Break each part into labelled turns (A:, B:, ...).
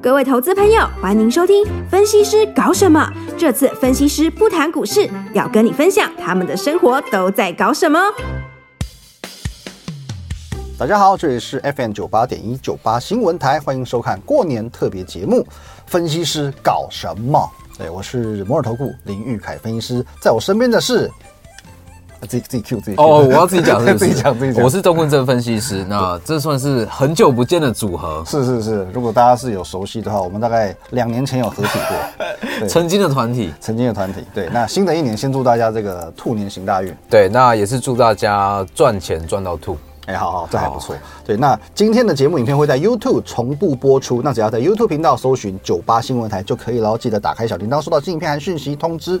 A: 各位投资朋友，欢迎收听《分析师搞什么》。这次分析师不谈股市，要跟你分享他们的生活都在搞什么。
B: 大家好，这里是 FM 九八点一九八新闻台，欢迎收看过年特别节目《分析师搞什么》。对，我是摩尔投顾林玉凯分析师，在我身边的是啊自己自己 Q 自己 Q
C: 哦，我要自己讲是 不
B: 自
C: 是？
B: 己讲自己讲，
C: 我是中坤证分析师，那这算是很久不见的组合，
B: 是是是，如果大家是有熟悉的话，我们大概两年前有合体过，对
C: 曾经的团体。
B: 曾经的团体。对，那新的一年先祝大家这个兔年行大运。
C: 对，那也是祝大家赚钱赚到吐。
B: 哎，好好，这还不错。对，那今天的节目影片会在 YouTube 同步播出，那只要在 YouTube 频道搜寻“九八新闻台”就可以了。记得打开小铃铛，收到新影片和讯息通知。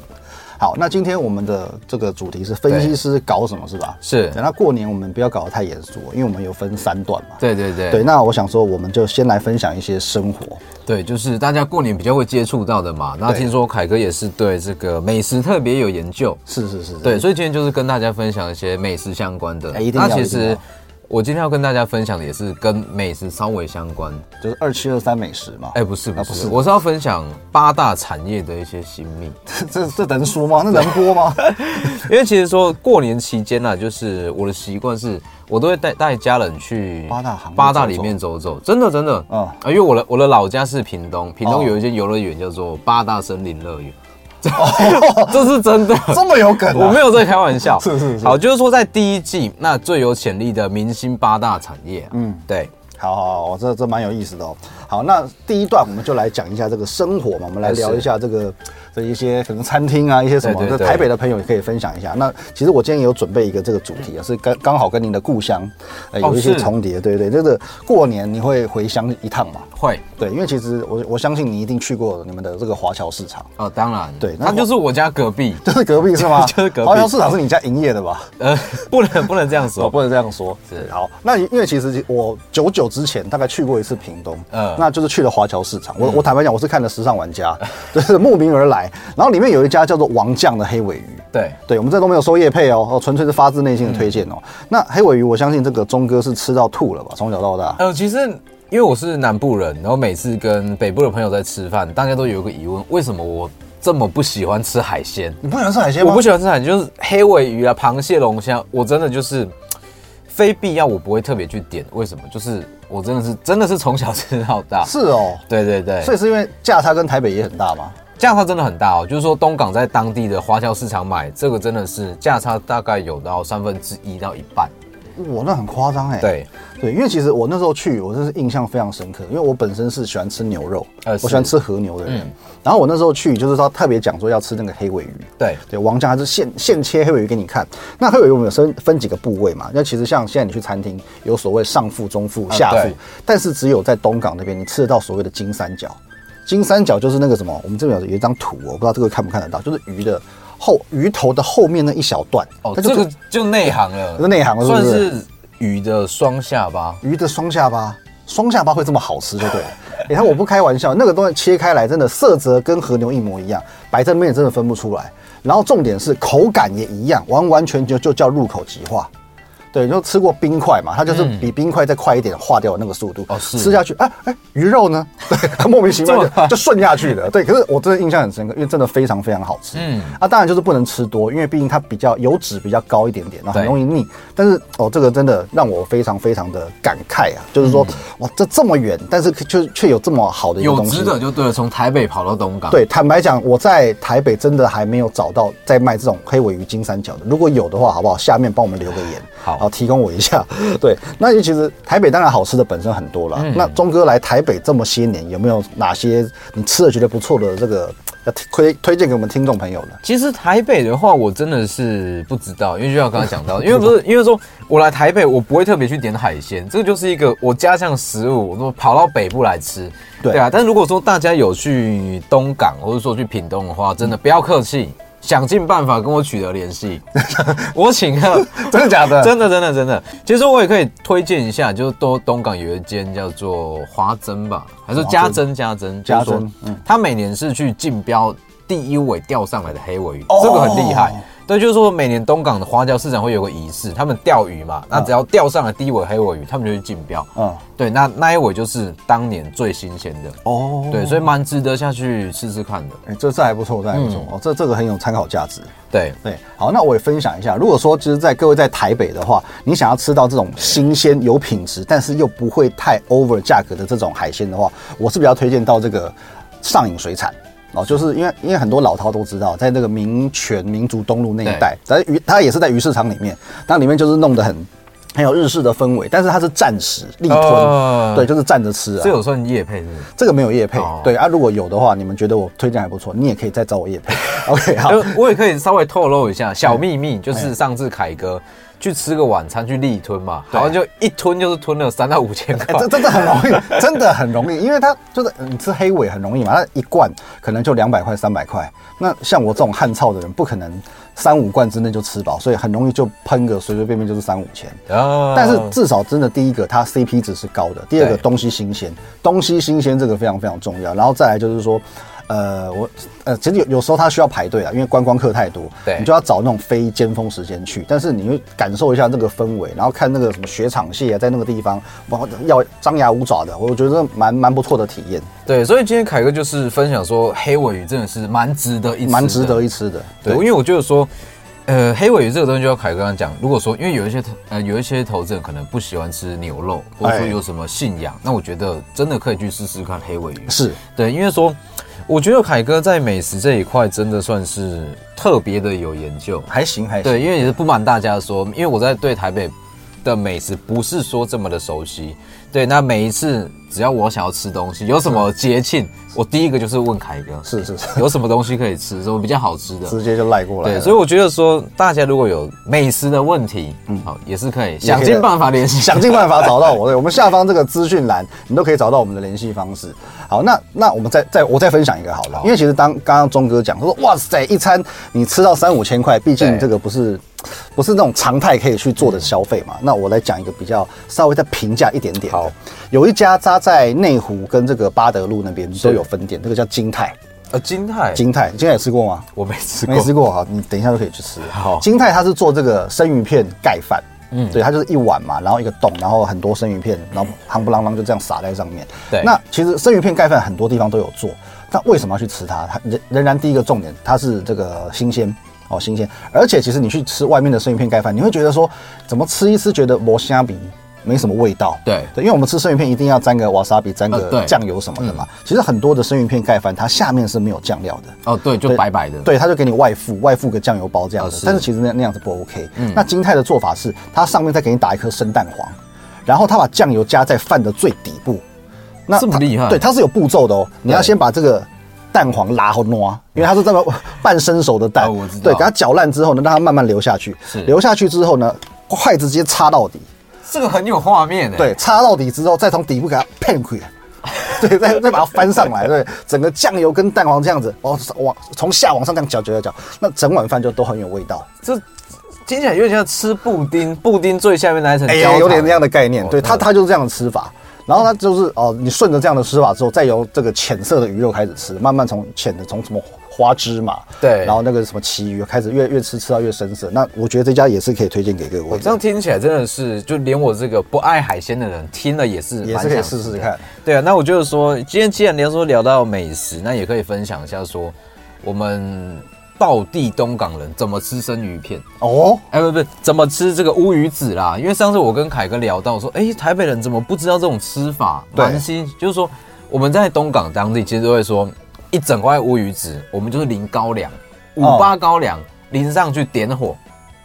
B: 好，那今天我们的这个主题是分析师搞什么，是吧？
C: 是
B: 对那过年我们不要搞得太严肃哦，因为我们有分三段嘛。
C: 对对对
B: 对，那我想说，我们就先来分享一些生活。
C: 对就是大家过年比较会接触到的嘛。那
B: 对
C: 听说凯哥也是对这个美食特别有研究，
B: 是是是，
C: 对，所以今天就是跟大家分享一些美食相关的。
B: 哎一定要
C: 那其
B: 一定要
C: 实我今天要跟大家分享的也是跟美食稍微相关。
B: 就是二七二三美食嘛。
C: 哎，不是
B: 啊
C: 不是，我是要分享八大产业的一些新秘。
B: 这这这能说吗？那能播 吗？
C: 因为其实说过年期间呢、啊，就是我的习惯是，我都会带带家人去
B: 八大行业
C: 八大
B: 走走
C: 里面走走，真的真的，
B: 嗯
C: 嗯，啊，因为我的我的老家是屏东，屏
B: 哦
C: 东有一间游乐园叫做八大森林乐园，这 是真的，
B: 哦这么有梗、啊，
C: 我没有在开玩笑，
B: 是是是
C: 好，就是说在第一季那最有潜力的明星八大产业、嗯，对，
B: 好好好，这这蛮有意思的哦。好，那第一段我们就来讲一下这个生活嘛，我们来聊一下这个这一些可能餐厅啊，一些什么，
C: 哎对
B: 这
C: 对对
B: 台北的朋友也可以分享一下。那其实我今天也有准备一个这个主题啊，是刚刚好跟您的故乡、呃、
C: 哦
B: 有一些
C: 是
B: 重叠，对对，这个过年你会回乡一趟嘛？
C: 会
B: 对，因为其实我我相信你一定去过你们的这个华侨市场，
C: 哦，当然，
B: 对那
C: 它
B: 我
C: 就是我家隔壁，
B: 就是隔壁是吗？
C: 就是隔壁
B: 华侨市场是你家营业的吧？
C: 呃，不能不能这样
B: 我
C: 说，
B: 哦不能这样说。是好，那因为其实我九九之前大概去过一次屏东，
C: 嗯
B: 那就是去了华侨市场。我、我坦白讲，我是看了《时尚玩 家》，就是慕名而来。然后里面有一家叫做王酱的黑尾鱼。
C: 对。
B: 对，我们这都没有收叶配哦，哦，纯粹是发自内心的推荐哦。那黑尾鱼，我相信这个钟哥是吃到吐了吧？从小到大，
C: 呃，其实因为我是南部人，然后每次跟北部的朋友在吃饭，大家都有一个疑问：为什么我这么不喜欢吃海鲜？
B: 呃你不喜欢吃海鲜吗？
C: 我不喜欢吃海鲜，就是黑尾鱼啊、螃蟹、龙虾，我真的就是非必要，我不会特别去点。为什么？就是我真的是真的是从小吃到大。
B: 是哦，
C: 对对对，
B: 所以是因为价差跟台北也很大嘛。
C: 价差真的很大哦。就是说，东港在当地的花销市场买这个真的是价差大概有到三分之一到一半。
B: 哇，那很夸张哎。
C: 对，
B: 对，因为其实我那时候去，我真是印象非常深刻，因为我本身是喜欢吃牛肉，
C: 呃
B: 我
C: 是嗯
B: 喜欢吃和牛的人。然后我那时候去，就是他特别讲说要吃那个黑尾鱼。
C: 对
B: 对，王家他是现现切黑尾鱼给你看。那黑尾鱼我们有分分几个部位嘛？那其实像现在你去餐厅，有所谓上腹、中腹、下腹，
C: 啊对
B: 但是只有在东港那边你吃得到所谓的金三角。金三角就是那个什么，我们这边有有一张图哦，我不知道这个看不看得到，就是鱼的后鱼头的后面那一小段。
C: 哦，
B: 它
C: 这
B: 就
C: 个就内行了，
B: 这内行了是不
C: 算
B: 是
C: 是鱼的双下巴。
B: 鱼的双下巴，双下巴会这么好吃就对了。 你看，我不开玩笑，那个东西切开来真的色泽跟和牛一模一样，摆在面前真的分不出来。然后重点是口感也一样，完完全全就叫入口即化。对，你就吃过冰块嘛，它就是比冰块再快一点化掉的那个速度。
C: 嗯哦是
B: 吃下去，哎哎，鱼肉呢？ 对，它莫名其妙
C: 这么
B: 就就顺下去了。对，可是我真的印象很深刻，因为真的非常非常好吃。嗯，啊，当然就是不能吃多，因为毕竟它比较油脂比较高一点点，然后很
C: 对
B: 容易腻。但是哦，这个真的让我非常非常的感慨啊，就是说、哇，这这么远，但是却却有这么好的一个
C: 有
B: 东西。
C: 值得就对了，从台北跑到东港。，
B: 对，坦白讲，我在台北真的还没有找到在卖这种黑尾鱼金三角的。如果有的话，好不好？下面帮我们留个言，
C: 好
B: 好提供我一下。对，那其实台北当然好吃的本身很多了。那钟哥来台北这么些年，有没有哪些你吃的觉得不错的这个要推推荐给我们听众朋友呢？
C: 其实台北的话，我真的是不知道，因为就像刚刚 讲到，因为不是，因为说我来台北，我不会特别去点海鲜，这个就是一个我家乡食物，我都跑到北部来吃。
B: 对
C: 啊，但是如果说大家有去东港或者说去屏东的话，真的不要客气，想尽办法跟我取得联 系，我请客。
B: 真的假的？
C: 真的真的真的，其实我也可以推荐一下，就是东东港有一间叫做华珍吧，还是家珍家珍
B: 家
C: 就是说
B: 珍嗯
C: 他每年是去竞标第一尾钓上来的黑尾鱼，
B: 哦
C: 这个很厉害。对，就是说每年东港的花椒市场会有个仪式，他们钓鱼嘛，那只要钓上了第一尾黑尾鱼，他们就去竞标。
B: 嗯，
C: 对，那那一尾就是当年最新鲜的，
B: 哦，
C: 对，所以蛮值得下去吃吃看的。
B: 哎、这这还不错，这还不错、哦，这这个很有参考价值。
C: 对，
B: 对，好，那我也分享一下，如果说就是在各位在台北的话，你想要吃到这种新鲜、有品质，但是又不会太 over 价格的这种海鲜的话，我是比较推荐到这个上影水产。哦，就是因为因为很多老饕都知道，在那个民权民族东路那一带，在鱼它也是在鱼市场里面，那里面就是弄得很很有日式的氛围，但是它是暂时立吞，
C: 哦
B: 对，就是站着吃啊
C: 这。有算夜配是不是？
B: 这个没有业配，
C: 哦
B: 对啊，如果有的话，你们觉得我推荐还不错，你也可以再找我业 配。OK，好，哎
C: 呃，我也可以稍微透露一下小秘密，就是上次凯哥去吃个晚餐去力吞嘛，
B: 对
C: 好像就一吞就是吞了三到五千
B: 哎、
C: 块
B: 这。真的很容易， 真的很容易，因为它就是你吃黑尾很容易嘛，它一罐可能就两百块、三百块。那像我这种汉操的人，不可能三五罐之内就吃饱，所以很容易就喷个随随便便就是三五千。
C: 啊
B: 但是至少真的第一个，它 CP 值是高的；第二个，
C: 对
B: 东西新鲜，东西新鲜这个非常非常重要。然后再来就是说，呃，我呃，其实有有时候它需要排队啊，因为观光客太多，
C: 对
B: 你就要找那种非尖峰时间去。但是你会感受一下这个氛围，然后看那个什么雪场蟹啊，在那个地方，包括要张牙舞爪的，我觉得蛮蛮不错的体验，
C: 对，所以今天凯哥就是分享说，黑尾鱼真的是蛮值得一吃的
B: 蛮值得一吃的。
C: 对，因为我觉得说，呃，黑尾鱼这个东西，就像凯哥刚刚讲，如果说因为有一些投呃有一些投资人可能不喜欢吃牛肉，或者说
B: 哎
C: 有什么信仰，那我觉得真的可以去试试看黑尾鱼。
B: 是
C: 对，因为说，我觉得凯哥在美食这一块真的算是特别的有研究。
B: 还行还行。
C: 对，因为也是不瞒大家说，因为我在对台北的美食不是说这么的熟悉。对，那每一次只要我想要吃东西，有什么节庆，我第一个就是问凯哥，
B: 是是是，
C: 有什么东西可以吃，什么比较好吃的。
B: 直接就赖过来了。
C: 对，所以我觉得说，大家如果有美食的问题，嗯，好，也是可以
B: 也可以
C: 想尽办法联 系。
B: 想尽办法找到我。对，我们下方这个资讯栏，你都可以找到我们的联系方式。好，那那我们再再我再分享一个好了，
C: 好
B: 因为其实当刚刚钟哥讲，他说哇塞，一餐你吃到三五千块，毕竟
C: 对
B: 这个不是不是那种常态可以去做的消费嘛。那我来讲一个比较稍微再平价一点点。
C: 好，
B: 有一家扎在内湖跟这个巴德路那边都有分店，这个叫金泰。
C: 呃，金泰，
B: 金泰，你今天也吃过吗？
C: 我没吃过，
B: 没吃过哈，你等一下就可以去吃。
C: 好
B: 金泰它是做这个生鱼片盖饭，嗯，对，它就是一碗嘛，然后一个洞，然后很多生鱼片，然后夯不啷啷就这样撒在上面。
C: 对
B: 那其实生鱼片盖饭很多地方都有做，那为什么要去吃它？它仍仍然第一个重点，它是这个新鲜。哦，新鲜！而且其实你去吃外面的生鱼片盖饭，你会觉得说，怎么吃一吃觉得磨虾比没什么味道。
C: 对
B: 对，因为我们吃生鱼片一定要沾个 wasabi，沾
C: 呃
B: 个
C: 对
B: 酱油什么的嘛。其实很多的生鱼片盖饭，它下面是没有酱料的。
C: 哦，对，就
B: 对
C: 白白的，，
B: 对，他就给你外敷，外敷个酱油包这样
C: 哦
B: 子。
C: 是嗯
B: 但是其实那那样子不 OK。那金泰的做法是，它上面再给你打一颗生蛋黄，然后他把酱油加在饭的最底部。那
C: 这么
B: 它
C: 厉害
B: 对，它是有步骤的哦。你要先把这个蛋黄拉好糯，因为它是 这么半生熟的蛋，
C: 哦我知道
B: 对，给它搅烂之后呢，让它慢慢流下去
C: 是。
B: 流下去之后呢，筷子直接插到底。
C: 这个很有画面欸诶。
B: 对，插到底之后，再从底部给它骗 开，对，再再把它翻上来，对，整个酱油跟蛋黄这样子，哦，往从下往上这样搅搅搅搅，那整碗饭就都很有味道。
C: 这听起来有点像吃布丁，布丁最下面那一层
B: 哎呀，
C: 焦糖
B: 有点那样的概念，
C: 哦
B: 对，它它就是这样的吃法。然后它就是哦，你顺着这样的吃法之后，再由这个浅色的鱼肉开始吃，慢慢从浅的从什么花枝嘛，
C: 对
B: 然后那个什么旗鱼开始越越吃吃到越深色。那我觉得这家也是可以推荐给各位的。
C: 我这样听起来真的是，就连我这个不爱海鲜的人听了也是
B: 也
C: 蛮
B: 是可以
C: 想
B: 试
C: 吃
B: 试
C: 的
B: 看。
C: 对啊，那我就是说，今天既然聊说聊到美食，那也可以分享一下说，我们道地东港人怎么吃生鱼片。
B: 哦，
C: 哎，不不，怎么吃这个乌鱼子啦？因为上次我跟凯哥聊到说，哎，台北人怎么不知道这种吃法？
B: 对
C: 蛮新，就是说我们在东港当地其实都会说，一整块乌鱼子，我们就是淋高粱，五
B: 哦
C: 八高粱淋上去点火。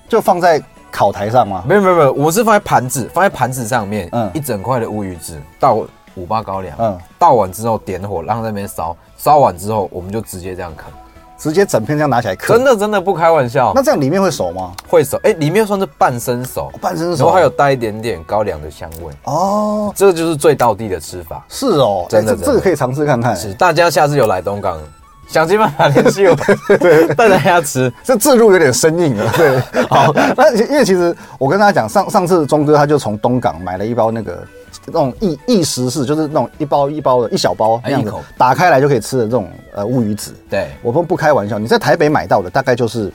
B: 就放在烤台上吗？
C: 没有没有没有，我是放在盘子，放在盘子上面，
B: 嗯
C: 一整块的乌鱼子倒五八高粱，
B: 嗯
C: 倒完之后点火，让它在那边烧，烧完之后我们就直接这样啃，
B: 直接整片这样拿起来啃。
C: 真的真的不开玩笑
B: 那，这样里面会熟吗？
C: 会熟，哎、里面算是半生熟，
B: 半生熟
C: 然后还有带一点点高粱的香味，
B: 哦，
C: 这就是最道地的吃法。
B: 是哦，
C: 真的
B: 哎
C: 真的
B: 这这个可以尝试看看、
C: 是，大家下次有来东港，想尽办法联系 我们，带大家吃。
B: 这自入有点生硬 了。对， 好，那因为其实我跟大家讲，上上次钟哥他就从东港买了一包那个那种意意食式，就是那种一包一包的一小包
C: 哎
B: 那样
C: 一
B: 子
C: 口，
B: 打开来就可以吃的这种呃乌鱼子。
C: 对
B: 我不不开玩笑，你在台北买到的大概就是。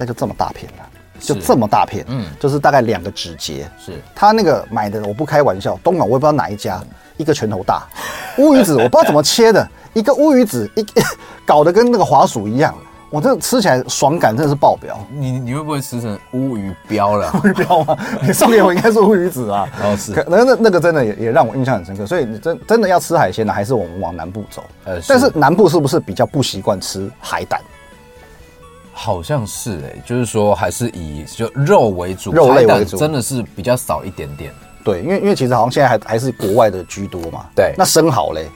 B: 那就这么大片了，
C: 是
B: 就这么大片，
C: 嗯
B: 嗯，就是大概两个指节。
C: 是
B: 他那个买的，我不开玩笑，东莞我也不知道哪一家，一个拳头大，乌鱼子我不知道怎么切的，一个乌鱼子一 搞得跟那个滑鼠一样，我这吃起来爽感真的是爆表。
C: 你你会不会吃成乌鱼标了？
B: 乌鱼标吗？你送给我应该是乌鱼子啊。
C: 哦是
B: 可能那那个真的也也让我印象很深刻。所以你真真的要吃海鲜呢，还是我们往南部走？
C: 呃是
B: 但是南部是不是比较不习惯吃海胆？
C: 好像是哎、就是说还是以就肉为主，
B: 肉类
C: 海胆
B: 为主
C: 真的是比较少一点点。
B: 对，因为因为其实好像现在还还是国外的居多嘛。
C: 对
B: 那生蚝嘞？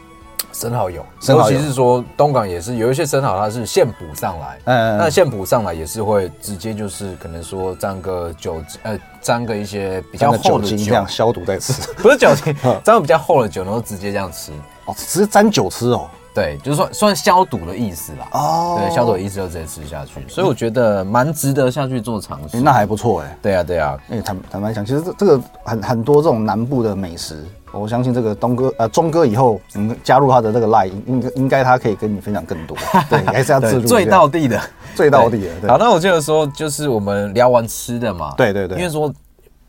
C: 生蚝有，
B: 生蚝
C: 尤
B: 有
C: 其是说东港也是有一些生蚝，它是现捕上来，
B: 嗯嗯嗯
C: 那现捕上来也是会直接就是可能说沾个酒，呃，沾个一些比
B: 沾
C: 较
B: 个
C: 厚
B: 酒
C: 的
B: 精
C: 酒
B: 这，样嗯消毒再吃，
C: 不是酒 精，沾个比较厚的酒，然后直接这样吃，
B: 哦，只是沾酒吃哦。
C: 对，就是算算消毒的意思啦。
B: 哦
C: 对，消毒的意思就直接吃下去，所以我觉得蛮值得下去做尝
B: 诶
C: 试。
B: 那还不错哎、
C: 对啊，对啊，
B: 哎、坦坦白讲，其实这这个很很多这种南部的美食，我相信这个东哥呃钟哥以后嗯加入他的这个 line，应应应该他可以跟你分享更多。对， 还是要自
C: 对，
B: 入
C: 最到地的。
B: 最到地的。对
C: 好，那我就说，就是我们聊完吃的嘛，
B: 对对对
C: 因为说，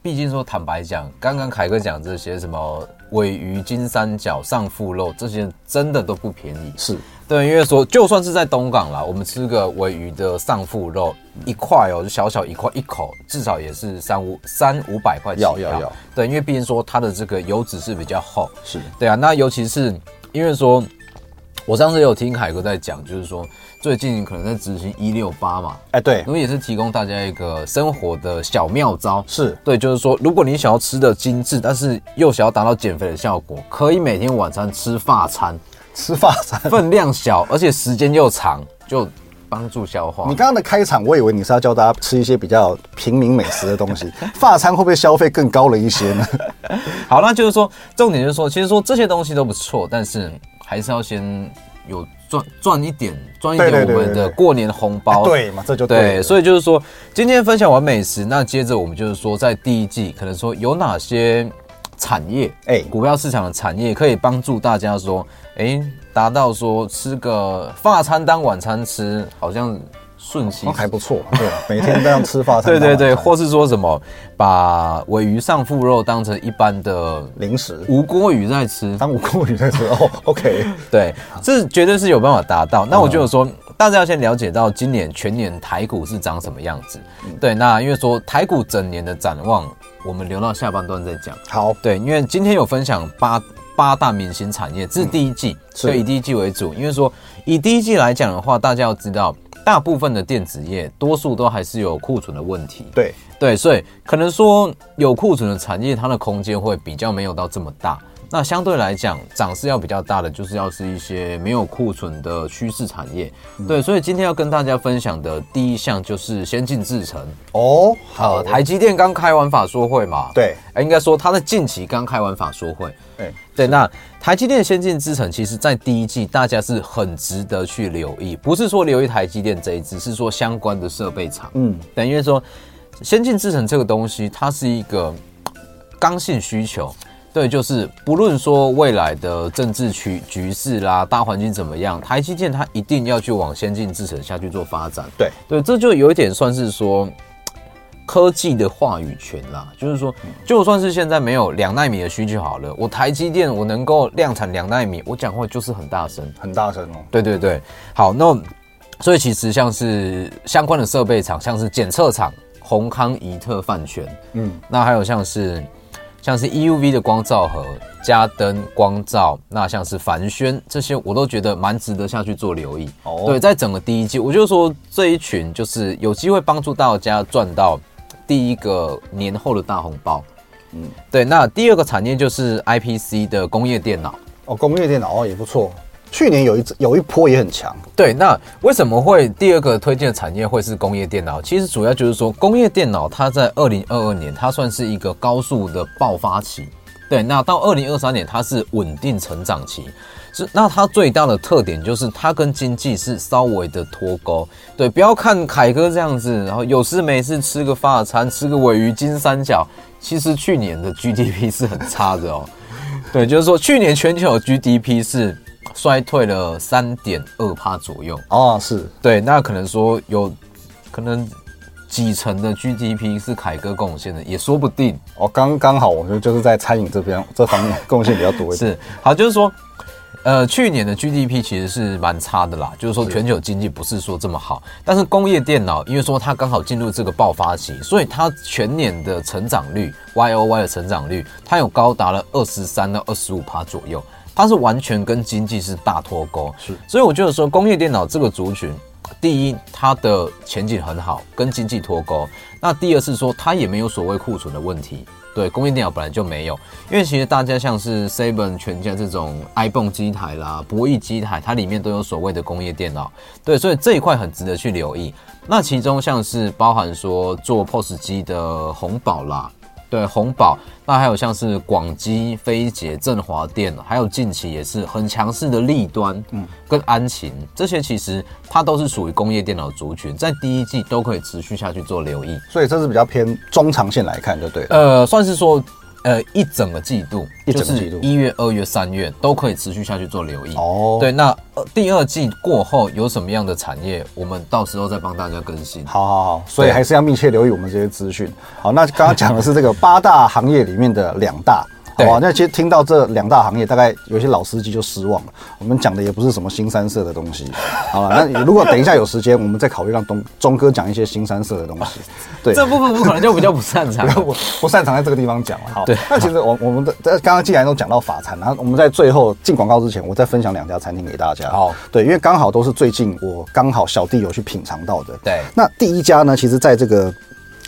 C: 毕竟说坦白讲，刚刚凯哥讲这些什么尾鱼、金三角、上腹肉这些，真的都不便宜。
B: 是
C: 对，因为说就算是在东港啦，我们吃个尾鱼的上腹肉一块哦，就小小一块一口，至少也是三五三五百块起
B: 要要
C: 跳
B: 要。
C: 对，因为毕竟说它的这个油脂是比较厚，
B: 是，
C: 对啊，那尤其是因为说，我上次有听凯哥在讲，就是说最近可能在执行一六八嘛，
B: 哎、对
C: 因，为也是提供大家一个生活的小妙招。
B: 是
C: 对，就是说，如果你想要吃的精致，但是又想要达到减肥的效果，可以每天晚餐吃法餐，
B: 吃法餐。
C: 分量小，而且时间又长，就帮助消化。
B: 你刚刚的开场，我以为你是要教大家吃一些比较平民美食的东西，法餐会不会消费更高了一些 呢？
C: 好，那就是说，重点就是说，其实说这些东西都不错，但是还是要先有赚赚一点，赚一点
B: 对对
C: 我
B: 对
C: 们
B: 对
C: 的
B: 对
C: 过年红包。
B: 啊对嘛，这就对
C: 对，
B: 了。
C: 所以就是说，今天分享完美食，那接着我们就是说，在第一季可能说有哪些产业，哎、
B: 哎
C: 股票市场的产业可以帮助大家说，哎、达到说吃个法餐当晚餐吃，好像顺其
B: 哦还不错，对，每天这样吃法餐
C: 对
B: 当晚餐，
C: 对对，或是说什么把尾鱼上腹肉当成一般的
B: 零食
C: 无锅鱼在吃，
B: 当无锅鱼在吃哦，OK，
C: 对，这绝对是有办法达到。那我就有说，大家要先了解到今年全年台股是长什么样子。对，那因为说台股整年的展望，我们留到下半段再讲。
B: 好，
C: 对，因为今天有分享八八大明星产业，这嗯是第一季，
B: 是
C: 所以以第一季为主。因为说以第一季来讲的话，大家要知道，大部分的电子业多数都还是有库存的问题。
B: 对，
C: 对，所以可能说有库存的产业，它的空间会比较没有到这么大。那相对来讲，涨势要比较大的，就是要是一些没有库存的趋势产业。对，所以今天要跟大家分享的第一项就是先进制程。
B: 哦，
C: 呃，
B: 好，
C: 台积电刚开完法说会嘛？
B: 对
C: 哎，应该说它在近期刚开完法说会。
B: 哎，
C: 对，那台积电先进制程，其实在第一季大家是很值得去留意，不是说留意台积电这一只，是说相关的设备厂。
B: 嗯，
C: 等于说先进制程这个东西，它是一个刚性需求。对，就是不论说未来的政治局局势啦，大环境怎么样，台积电它一定要去往先进制程下去做发展。
B: 对，
C: 对，这就有一点算是说科技的话语权啦，就是说，就算是现在没有两纳米的需求好了，我台积电我能够量产两纳米，我讲话就是很大声。
B: 很大声哦，
C: 对对对，好，那所以其实像是相关的设备厂，像是检测厂、宏康、仪特、泛全，嗯
B: 嗯，
C: 那还有像是像是 EUV 的光照盒、嘉登光照，那像是凡轩这些，我都觉得蛮值得下去做留意。
B: 哦
C: 对，在整个第一季，我就说这一群就是有机会帮助大家赚到第一个年后的大红包。嗯，对，那第二个产业就是 IPC 的工业电脑。
B: 哦，工业电脑哦也不错，去年有一只有一波也很强，
C: 对，那为什么会第二个推荐的产业会是工业电脑？其实主要就是说，工业电脑它在二零二二年它算是一个高速的爆发期，对，那到二零二三年它是稳定成长期。是，那它最大的特点就是它跟经济是稍微的脱钩。对，不要看凯哥这样子，然后有事没事吃个法餐，吃个尾鱼金三角。其实去年的 GDP 是很差的哦。对，就是说去年全球 GDP 是衰退了三点二趴左右。
B: 哦是，
C: 对，那可能说有可能几成的 GDP 是凯哥贡献的，也说不定。
B: 哦，刚刚好，我觉得就是在餐饮这边这方面 贡献比较多一点。
C: 是，好，就是说，呃，去年的 GDP 其实是蛮差的啦，就是说全球经济不是说这么好，但是工业电脑，因为说它刚好进入这个爆发期，所以它全年的成长率 Y O Y 的成长率，它有高达了二十三到二十五趴左右，它是完全跟经济是大脱钩，
B: 是，
C: 所以我觉得说工业电脑这个族群。第一，它的前景很好，跟经济脱钩。那第二是说，它也没有所谓库存的问题。对，工业电脑本来就没有，因为其实大家像是 Seven、全家这种 iPhone 机台啦、博弈机台，它里面都有所谓的工业电脑。对，所以这一块很值得去留意。那其中像是包含说做 POS 机的红宝啦，对红宝，那还有像是广基、飞捷、振华电，还有近期也是很强势的立端，嗯，跟安勤这些，其实它都是属于工业电脑族群，在第一季都可以持续下去做留意。
B: 所以这是比较偏中长线来看，就对了。
C: 呃，算是说，呃，一整个季度，
B: 一整个季度
C: 一月、二月、三月都可以持续下去做留意。
B: 哦
C: 对，那、呃第二季过后有什么样的产业，我们到时候再帮大家更新。
B: 好好好，所以
C: 对
B: 还是要密切留意我们这些资讯。好，那刚刚讲的是这个八大行业里面的两大。好
C: 对
B: 吧，那其实听到这两大行业，大概有些老司机就失望了。我们讲的也不是什么新三色的东 西，好了。那如果等一下有时间，我们再考虑让东钟哥讲一些新三色的东西。对，
C: 这部分我可能就比较不擅长了。
B: 我不擅长在这个地方讲了。好，
C: 对
B: 那其实我我们的这刚刚既然都讲到法餐，然后我们在最后进广告之前，我再分享两家餐厅给大家。
C: 好，
B: 对，因为刚好都是最近我刚好小弟有去品尝到的。
C: 对
B: 那第一家呢，其实在这个。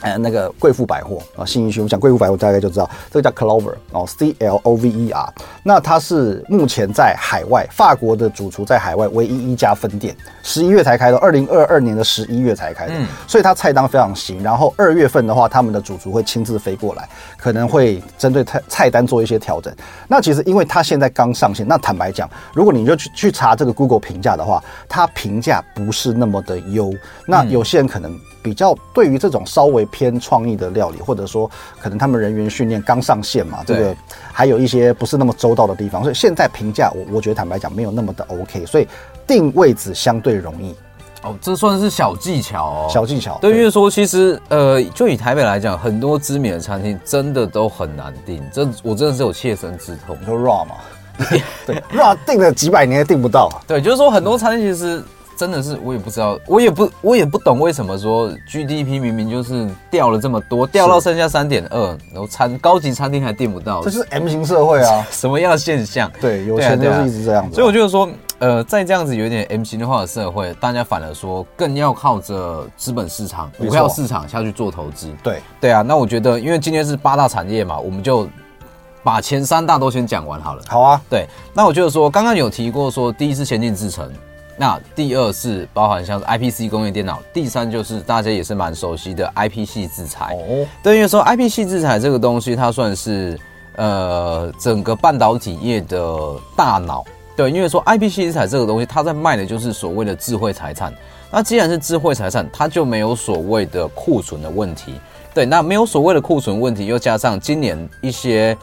B: 呃，那个贵妇百货啊，信义区，我们讲贵妇百货大概就知道，这个叫 Clover 哦，C L O V E R。那它是目前在海外，法国的主厨在海外唯一一家分店，十一月才开的，二零二二年的十一月才开的。
C: 嗯
B: 所以它菜单非常新。然后二月份的话，他们的主厨会亲自飞过来，可能会针对菜菜单做一些调整。那其实因为它现在刚上线，那坦白讲，如果你就去去查这个 Google 评价的话，它评价不是那么的优。那
C: 嗯
B: 有些人可能。比较对于这种稍微偏创意的料理，或者说可能他们人员训练刚上线嘛，这
C: 对
B: 个还有一些不是那么周到的地方，所以现在评价我我觉得坦白讲没有那么的 OK，所以定位子相对容易，
C: 哦，这算是小技巧哦。
B: 小技巧。
C: 对，因为说其实呃，就以台北来讲，很多知名的餐厅真的都很难订，这我真的是有切身之痛
B: 你。说 raw 嘛？对，raw 定了几百年也定不到啊。
C: 对，就是说很多餐厅其实真的是我也不知道，我也不我也不懂为什么说 GDP 明明就是掉了这么多，掉到剩下三点二，然后餐高级餐厅还订不到
B: 这，就是 M 型社会 啊。
C: 什么样的现象？
B: 对，有
C: 对啊
B: 钱就
C: 对啊
B: 是一直这样子。
C: 所以我觉得说，呃，在这样子有点 M 型化的社会，大家反而说更要靠着资本市场、
B: 没错
C: 股票市场下去做投资。
B: 对，
C: 对啊，那我觉得，因为今天是八大产业嘛，我们就把前三大都先讲完好了。
B: 好啊，
C: 对，那我就是说，刚刚有提过说，第一是先进制程，那第二是包含像是 IPC 工业电脑，第三就是大家也是蛮熟悉的 IP 系制裁。
B: 哦，
C: 对，因为说 IP 系制裁这个东西，它算是呃整个半导体业的大脑。对，因为说 IP 系制裁这个东西，它在卖的就是所谓的智慧财产。那既然是智慧财产，它就没有所谓的库存的问题。对，那没有所谓的库存问题，又加上今年一些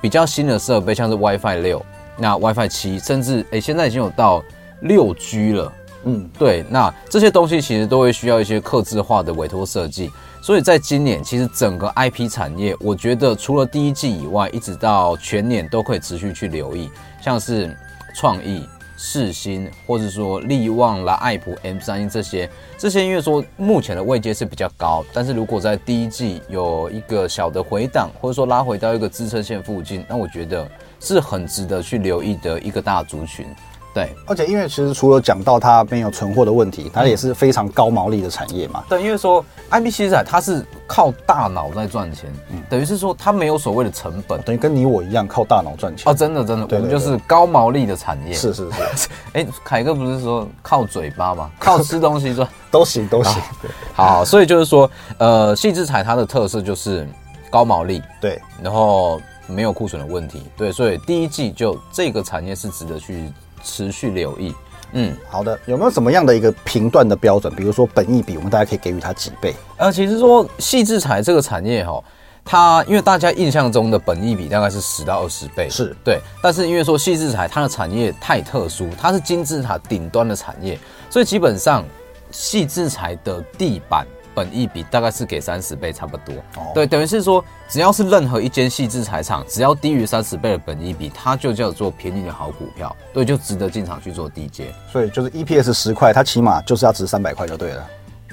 C: 比较新的设备，像是 WiFi 六、那 WiFi 七，甚至诶、现在已经有到六 G 了。
B: 嗯，
C: 对，那这些东西其实都会需要一些客制化的委托设计，所以在今年其实整个 IP 产业，我觉得除了第一季以外，一直到全年都可以持续去留意，像是创意、世新，或者说力旺啦、爱普、M 三一这些，这些因为说目前的位阶是比较高，但是如果在第一季有一个小的回档，或者说拉回到一个支撑线附近，那我觉得是很值得去留意的一个大族群，对。
B: 而且因为其实除了讲到它没有存货的问题，它也是非常高毛利的产业嘛。
C: 对，因为说 IP 其实啊它是靠大脑在赚钱，等于是说它没有所谓的成本
B: 等于跟你我一样靠大脑赚钱
C: 哦，。真的真的，
B: 对对
C: 我们就是高毛利的产业。
B: 是，是是，
C: 哎，凯哥不是说靠嘴巴吗？靠吃东西赚。
B: 都行都行。
C: 啊好，所以就是说，呃，细制彩它的特色就是高毛利，
B: 对，
C: 然后没有库存的问题。对，所以第一季就这个产业是值得去持续留意。嗯，
B: 好的，有没有什么样的一个评断的标准？比如说本益比，我们大家可以给予它几倍？
C: 呃，其实说细制材这个产业哈、它因为大家印象中的本益比大概是十到二十倍，
B: 是
C: 对。但是因为说细制材它的产业太特殊，它是金字塔顶端的产业，所以基本上细制材的地板本益比大概是给三十倍差不多。
B: 哦
C: 对，等于是说，只要是任何一间细制材厂，只要低于三十倍的本益比，它就叫做便宜的好股票，对，就值得进场去做低阶，
B: 所以就是 EPS 十块，它起码就是要值三百块就对了，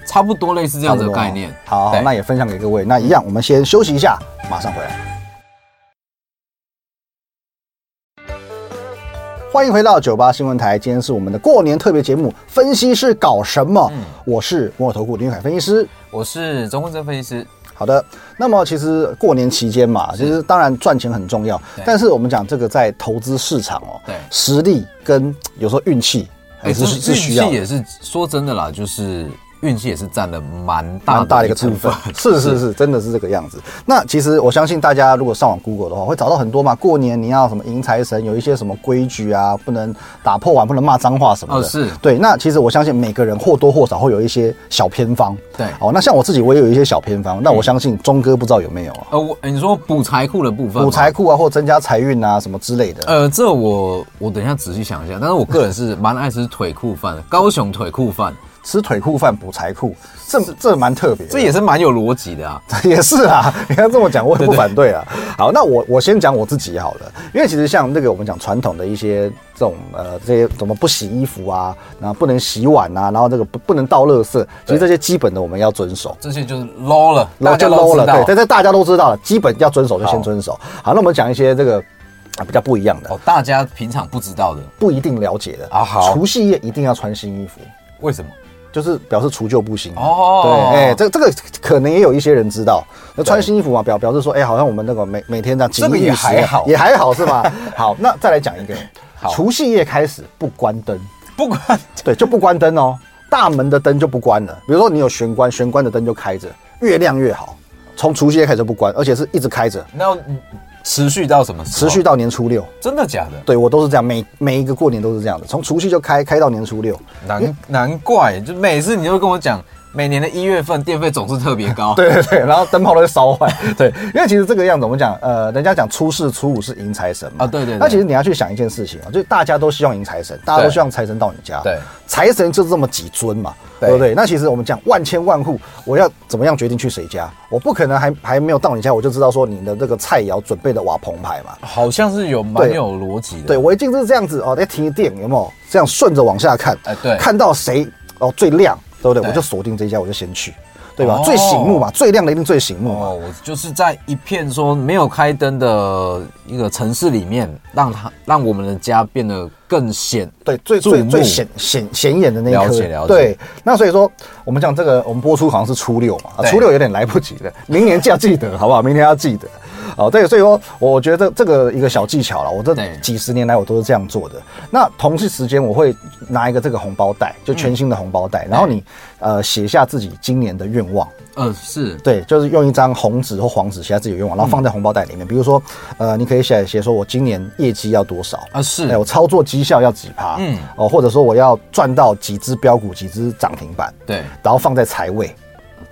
C: 差不多类似这样子的
B: 差不多
C: 概念。
B: 好，
C: 对
B: 那也分享给各位。那一样，我们先休息一下，马上回来。欢迎回到九八新闻台，今天是我们的过年特别节目《分析师搞什么》，
C: 嗯
B: 我是摩尔投顾林凯分析师。
C: 我是中坤正分析师，
B: 好的，那么其实过年期间嘛，其实当然赚钱很重要
C: 嗯对，
B: 但是我们讲这个在投资市场哦，
C: 对
B: 实力跟有时候运气还
C: 哎，
B: 是、
C: 这
B: 是
C: 运
B: 需
C: 气
B: 要的
C: 也是说真的啦，就是运气也是占了蛮大
B: 蛮大的一个成
C: 部
B: 分
C: 分。，
B: 是是是，真的是这个样子。那其实我相信大家如果上网 Google 的话，会找到很多嘛。过年你要什么迎财神，有一些什么规矩啊，不能打破碗，不能骂脏话什么的。
C: 哦是
B: 对。那其实我相信每个人或多或少会有一些小偏方。
C: 对
B: 哦，那像我自己，我也有一些小偏方。那我相信钟哥不知道有没有啊？
C: 呃，我你说补财库的部分吗，
B: 补财库啊，或增加财运啊，什么之类的。
C: 呃，这我我等一下仔细想一下，但是我个人是蛮爱吃腿裤饭的，高雄腿裤饭，
B: 吃腿裤饭补财库，这这蛮特别的。
C: 这也是蛮有逻辑的啊。
B: 也是啦，你要这么讲，我也不反对啊。好，那我我先讲我自己好了，因为其实像那个我们讲传统的一些这种呃这些怎么不洗衣服啊，然后不能洗碗啊，然后这个不不能倒垃圾，其实这些基本的我们要遵守。
C: 这些就是 low 了，
B: 然
C: 大
B: 后
C: 家
B: 就
C: 都
B: low 了，
C: 知道
B: 对，但是大家都知道了，基本要遵守就先遵守。好，那我们讲一些这个啊比较不一样的，
C: 哦，大家平常不知道的，
B: 不一定了解的
C: 啊好
B: 除夕夜一定要穿新衣服，
C: 为什么？
B: 就是表示除旧布新。
C: 哦
B: 对，哎、这这个可能也有一些人知道。那穿新衣服嘛，表表示说，哎、好像我们那个每每天这样
C: 这个
B: 锦衣
C: 也
B: 玉食
C: 还好
B: 也还好是 吧？好，那再来讲一个，
C: 好
B: 除夕夜开始不关灯，
C: 不管
B: 对，就不关灯哦，大门的灯就不关了。比如说你有玄关，玄关的灯就开着，越亮越好。从除夕夜开始就不关，而且是一直开着，
C: 那要持续到什么时
B: 持
C: 候？
B: 续到年初六。
C: 真的假的？
B: 对我都是这样，每每一个过年都是这样的，从除夕就开开到年初六。
C: 难难怪，就每次你都跟我讲，每年的一月份电费总是特别高。
B: 对对对，然后灯泡都会烧 坏。对，因为其实这个样子，我们讲，呃，人家讲初四、初五是迎财神嘛。
C: 啊对对对
B: 那其实你要去想一件事情啊，就是大家都希望迎财神，大家都
C: 对
B: 希望财神到你家。
C: 对，
B: 财神就是这么几尊嘛，
C: 对
B: 对不对？那其实我们讲万千万户，我要怎么样决定去谁家？我不可能还还没有到你家，我就知道说你的这个菜肴准备的瓦棚牌嘛。
C: 好像是有蛮
B: 对
C: 有逻辑的。
B: 对，我一定是这样子哦，在停一电有没有？这样顺着往下看，
C: 哎对
B: 看到谁哦最亮，对不对？
C: 对
B: 我就锁定这一家，我就先去，对吧？
C: 哦
B: 最醒目嘛，最亮的一定最醒目嘛。
C: 哦，我就是在一片说没有开灯的一个城市里面，让它让我们的家变得更显
B: 对，最
C: 注
B: 最
C: 目
B: 最显显显眼的那一颗。
C: 了解了解
B: 对，那所以说，我们讲这个，我们播出好像是初六嘛，啊
C: 对
B: 初六有点来不及了，明年就要记得，好不好？明年要记得。哦，对，所以说，我觉得这个一个小技巧了，我这
C: 对
B: 几十年来我都是这样做的。那同事时间，我会拿一个这个红包袋，就全新的红包
C: 嗯
B: 袋，然后你呃写下自己今年的愿望，
C: 呃是
B: 对，就是用一张红纸或黄纸写下自己的愿望，然后放
C: 嗯
B: 在红包袋里面。比如说，呃，你可以写写说我今年业绩要多少，
C: 啊是
B: 哎，我操作绩效要几趴，
C: 嗯
B: 嗯，哦，或者说我要赚到几只标股、几只涨停板，
C: 对
B: 然后放在财位，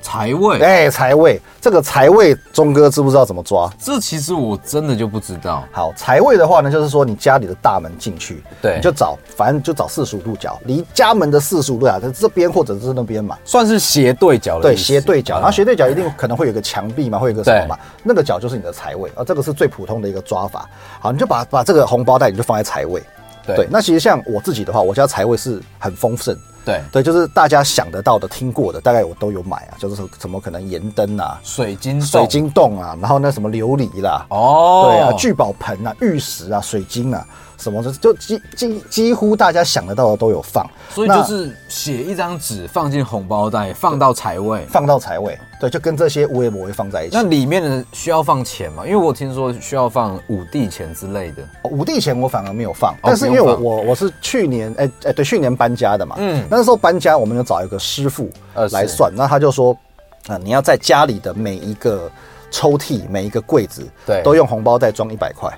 C: 财位、
B: 哎，财位这个财位，钟哥知不知道怎么抓？
C: 这其实我真的就不知道。
B: 好，财位的话呢，就是说你家里的大门进去，
C: 对
B: 你就找，反正就找四十五度角，离家门的四十五度角，在这边或者是那边嘛，
C: 算是斜对角的
B: 对，
C: 意思
B: 斜对角，
C: 啊
B: 然后斜对角一定可能会有个墙壁嘛，会有个什么嘛，那个角就是你的财位啊，这个是最普通的一个抓法。好，你就把把这个红包袋你就放在财位。
C: 对
B: 那其实像我自己的话，我家财位是很丰盛。
C: 对
B: 对，就是大家想得到的、听过的，大概我都有买啊，就是什什么可能盐灯啊、
C: 水晶洞
B: 水晶洞啊，然后那什么琉璃啦，
C: 哦，
B: 对啊，聚宝盆啊、玉石啊、水晶啊，什么的，就几几几乎大家想得到的都有放。
C: 所以
B: 那
C: 就是写一张纸放进红包袋，放到财位。
B: 放到财位，对，就跟这些无为不会放在一起。
C: 那里面的需要放钱吗？因为我听说需要放五帝钱之类的。
B: 呃五帝钱我反而没有放，但是因为
C: 哦不
B: 我
C: 用放
B: 我我是去年哎哎、对，去年搬家的嘛，
C: 嗯
B: 嗯，那时候搬家我们就找一个师傅
C: 呃
B: 来
C: 是
B: 算，那他就说，啊、你要在家里的每一个抽屉、每一个柜子，
C: 对
B: 都用红包袋装一百块，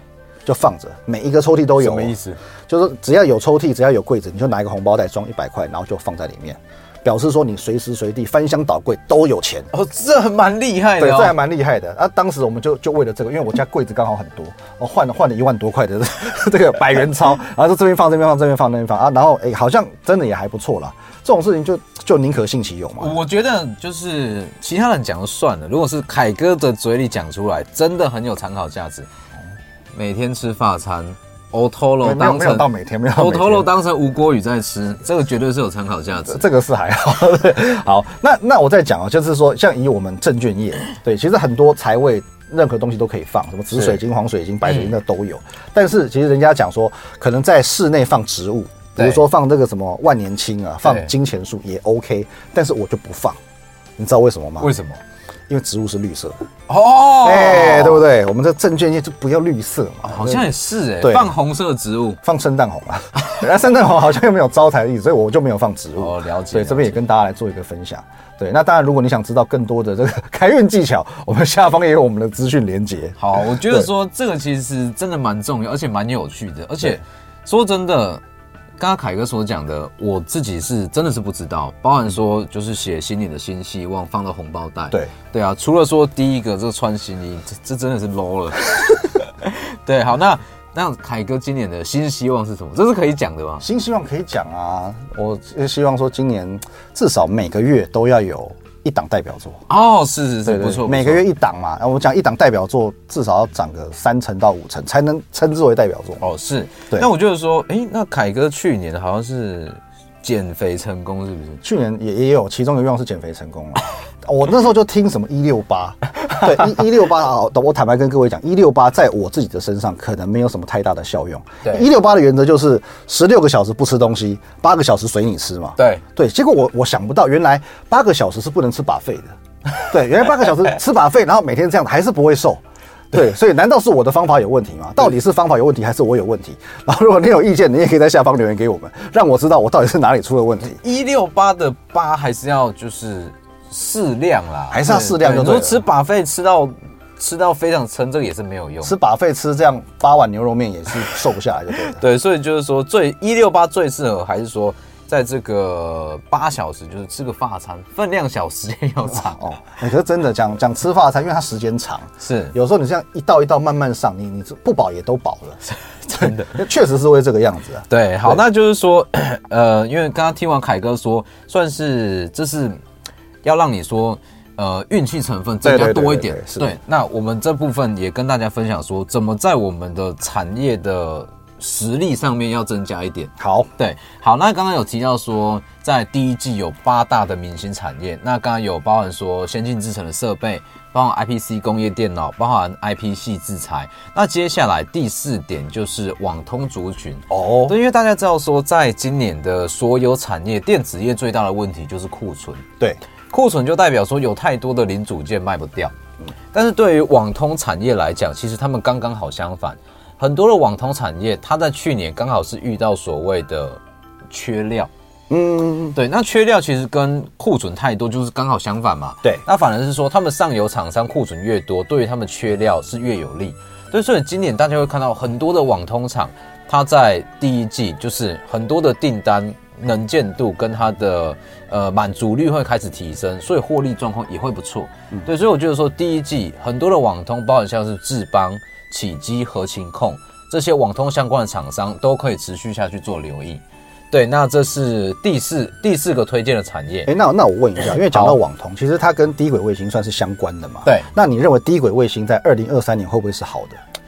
B: 就放着，每一个抽屉都有，
C: 什么意思？
B: 就是只要有抽屉，只要有柜子，你就拿一个红包袋装一百块，然后就放在里面。表示说你随时随地翻箱倒柜都有钱。
C: 哦，这蛮厉害
B: 对，
C: 的、
B: 这
C: 哦，
B: 还蛮厉害的。啊，当时我们就就为了这个，因为我家柜子刚好很多，我换了换了一万多块的 这个百元钞，然后就这边放这边放这边放那边放啊，然后哎、好像真的也还不错啦。这种事情就就宁可信其有嘛。
C: 我觉得就是其他人讲就算了，如果是凯哥的嘴里讲出来，真的很有参考价值。每天吃法餐，Otolo
B: 没有
C: 当
B: 没有
C: 成
B: 到每天没有到每天
C: Otolo 当成吴锅鱼在吃，这个绝对是有参考价值。
B: 这个是还好。 好，那那我再讲啊，就是说，像以我们证券业，对，其实很多财位。任何东西都可以放，什么紫水晶、黄水晶、白水晶那都
C: 嗯
B: 有。但是其实人家讲说，可能在室内放植物，比如
C: 对
B: 说放这个什么万年青啊，放
C: 对
B: 金钱树也 OK。但是我就不放，你知道为什么吗？
C: 为什么？
B: 因为植物是绿色的，
C: 哦，
B: 哎、对不对？我们这证券业就不要绿色嘛，
C: 好像也是哎、
B: 对
C: 放红色植物，
B: 放圣诞红啊， 然后圣诞红好像又没有招财的意思，所以我就没有放植物。
C: 哦了解
B: 对，
C: 了解
B: 这边也跟大家来做一个分享。对，那当然，如果你想知道更多的这个 开运技巧，我们下方也有我们的资讯连接。
C: 好，我觉得
B: 对
C: 说这个其实真的蛮重要，而且蛮有趣的。而且
B: 对
C: 说真的，刚刚凯哥所讲的，我自己是真的是不知道，包含说就是写心里的新希望放到红包袋。
B: 对
C: 对啊，除了说第一个这个穿新衣，这这真的是 low 了。 对，好，那那凯哥今年的新希望是什么？这是可以讲的吗？
B: 新希望可以讲啊，我希望说今年至少每个月都要有一档代表作。
C: 哦，是是是，
B: 对对
C: 不错，
B: 每
C: 不
B: 个
C: 错
B: 月一档嘛，然后我讲一档代表作至少要涨个三成到五成，才能称之为代表作。
C: 哦是。
B: 对
C: 那我就是说，哎、那凯哥去年好像是减肥成功，是不是？
B: 去年也也有，其中一个愿望是减肥成功了。 我那时候就听什么一六八，对一一六八啊，我坦白跟各位讲，一六八在我自己的身上可能没有什么太大的效用。
C: 对
B: 一六八的原则就是十六个小时不吃东西，八个小时随你吃嘛。
C: 对
B: 对，结果我我想不到，原来八个小时是不能吃把费的。对，原来八个小时吃把费，然后每天这样还是不会瘦。对，所以难道是我的方法有问题吗？到底是方法有问题，还是我有问题？然后如果你有意见，你也可以在下方留言给我们，让我知道我到底是哪里出了问题。
C: 一六八的八还是要就是适量啦，
B: 还是要适量
C: 对
B: 就
C: 你
B: 对
C: 说
B: 了
C: 吃把费吃到吃到非常撑，这个也是没有用。。
B: 吃把费吃这样八碗牛肉面也是瘦不下来，就对了
C: 对，所以就是说最一六八最适合还是说在这个八小时，就是吃个发餐，分量小时间要长。
B: 哦，你可是真的讲讲吃法餐，因为它时间长，
C: 是
B: 有时候你这样一道一道慢慢上，你你不饱也都饱 了，真的， 确实是会这个样子啊。
C: 对，好，
B: 对
C: 那就是说， 呃，因为刚刚听完凯哥说，算是这是要让你说，呃，运气成分增加
B: 对对对
C: 多一点
B: 对对是
C: 对，那我们这部分也跟大家分享说，怎么在我们的产业的实力上面要增加一点。
B: 好，
C: 对，好，那刚刚有提到说，在第一季有八大的明星产业，那刚刚有包含说先进制程的设备，包含 IPC 工业电脑，包含 IP 系制裁。那接下来第四点就是网通族群。
B: 哦，
C: 对，因为大家知道说，在今年的所有产业，电子业最大的问题就是库存，
B: 对，
C: 库存就代表说有太多的零组件卖不掉。但是对于网通产业来讲，其实他们刚刚好相反，很多的网通产业，它在去年刚好是遇到所谓的缺料。
B: 嗯，
C: 对，那缺料其实跟库存太多就是刚好相反嘛。
B: 对
C: 那反而是说他们上游厂商库存越多，对于他们缺料是越有利。对，所以今年大家会看到很多的网通厂，它在第一季就是很多的订单能见度跟它的呃满足率会开始提升，所以获利状况也会不错。对，所以我觉得说第一季很多的网通，包含像是智邦、启基、合情控这些网通相关的厂商，都可以持续下去做留意。对，那这是第四第四个推荐的产业。
B: 哎，那那我问一下，因为讲
C: 好
B: 到网通，其实它跟低轨卫星算是相关的嘛？
C: 对
B: 那你认为低轨卫星在二零二三年会不会是好的？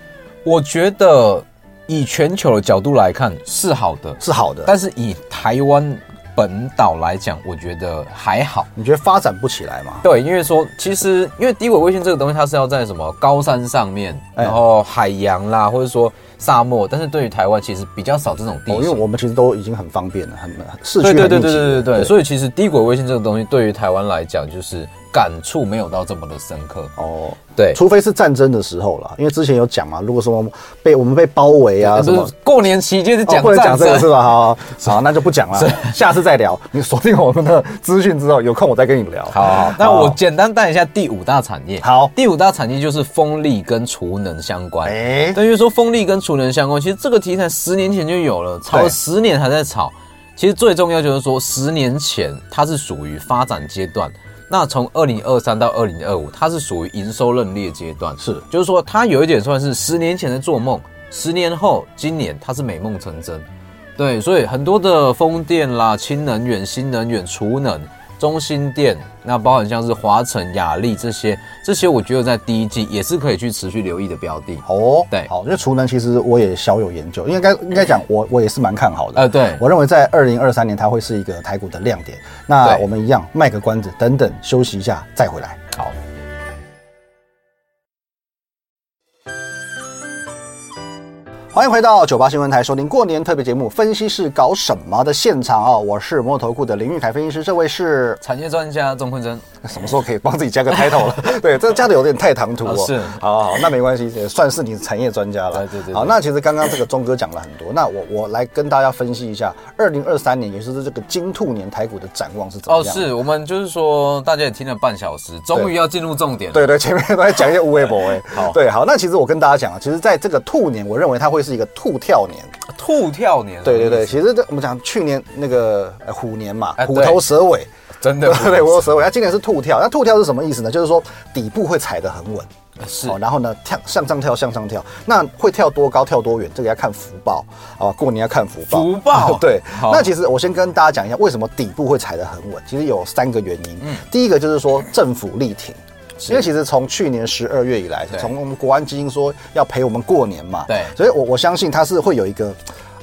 C: 我觉得以全球的角度来看是好的，
B: 是好的，
C: 但是以台湾本岛来讲，我觉得还好。
B: 你觉得发展不起来吗？
C: 对，因为说其实因为低轨卫星这个东西，它是要在什么高山上面，
B: 哎
C: 然后海洋啦，或者说沙漠，但是对于台湾其实比较少这种地
B: 哦，因为
C: 形。
B: 我们其实都已经很方便了，很市区
C: 对
B: 很密
C: 对
B: 集
C: 对对对对
B: 了
C: 对，所以其实低轨卫星这个东西对于台湾来讲，就是感触没有到这么的深刻。
B: 哦，
C: 对，
B: 除非是战争的时候啦，因为之前有讲嘛，如果说被我们被包围啊什
C: 就
B: 么
C: 哎是。过年期间是
B: 哦
C: 讲
B: 不能讲
C: 战
B: 这
C: 争
B: 个是吧？好，好，那就不讲了，下次再聊。你锁定我们的资讯之后，有空我再跟你聊。
C: 好好，好那我简单带一下第五大产业。
B: 好
C: 第五大产业就是风力跟储能相关。
B: 哎
C: 对，因为说风力跟储能相关，其实这个题材十年前就有了，炒了
B: 对
C: 十年还在炒。其实最重要就是说，十年前它是属于发展阶段，那从二零二三到二零二五，它是属于营收认列阶段，
B: 是
C: 就是说它有一点算是十年前的做梦，十年后今年它是美梦成真。对，所以很多的风电啦、氢能源、新能源、储能、中心电，那包含像是华晨、雅力这些，这些我觉得在第一季也是可以去持续留意的标的。
B: 哦，
C: 对
B: 好，因为储能其实我也小有研究，应该应该讲我我也是蛮看好的。
C: 呃对
B: 我认为在二零二三年它会是一个台股的亮点。那
C: 对
B: 我们一样卖个关子，等等休息一下再回来。
C: 好，
B: 欢迎回到九八新闻台，收听过年特别节目《分析是搞什么》的现场啊、我是摩头库的林玉凯分析师，这位是
C: 产业专家钟坤真，
B: 什么时候可以帮自己加个 title 了？对，这加的有点太唐突哦。
C: 啊是
B: 好好好，那没关系，也算是你产业专家了。
C: 对对对对
B: 好，那其实刚刚这个钟哥讲了很多，那我我来跟大家分析一下，二零二三年，也就是这个金兔年台股的展望是怎么
C: 哦，
B: 样？。
C: 是我们就是说，大家也听了半小时，终
B: 对
C: 于要进入重点了。
B: 对对，前面都在讲一些无微博哎。
C: 好
B: 对， 好，那其实我跟大家讲啊，其实在这个兔年，我认为它会是一个兔跳年。
C: 兔跳年，
B: 对对对，
C: 是
B: 其实这我们讲去年那个呃虎年嘛，
C: 哎
B: 虎
C: 对
B: 头蛇尾，
C: 真的
B: 对 对，我有蛇尾。那今年是兔跳，那兔跳是什么意思呢？就是说底部会踩得很稳，
C: 是
B: 哦，然后呢，跳向上跳，向上跳，那会跳多高，跳多远，这个要看福报啊、过年要看福报。
C: 福 报
B: 对。
C: 好
B: 那其实我先跟大家讲一下，为什么底部会踩得很稳，其实有三个原因。
C: 嗯
B: 第一个就是说政府力挺。因为其实从去年十二月以来，
C: 对
B: 从我们国安基金说要陪我们过年嘛，
C: 对
B: 所以我我相信它是会有一个，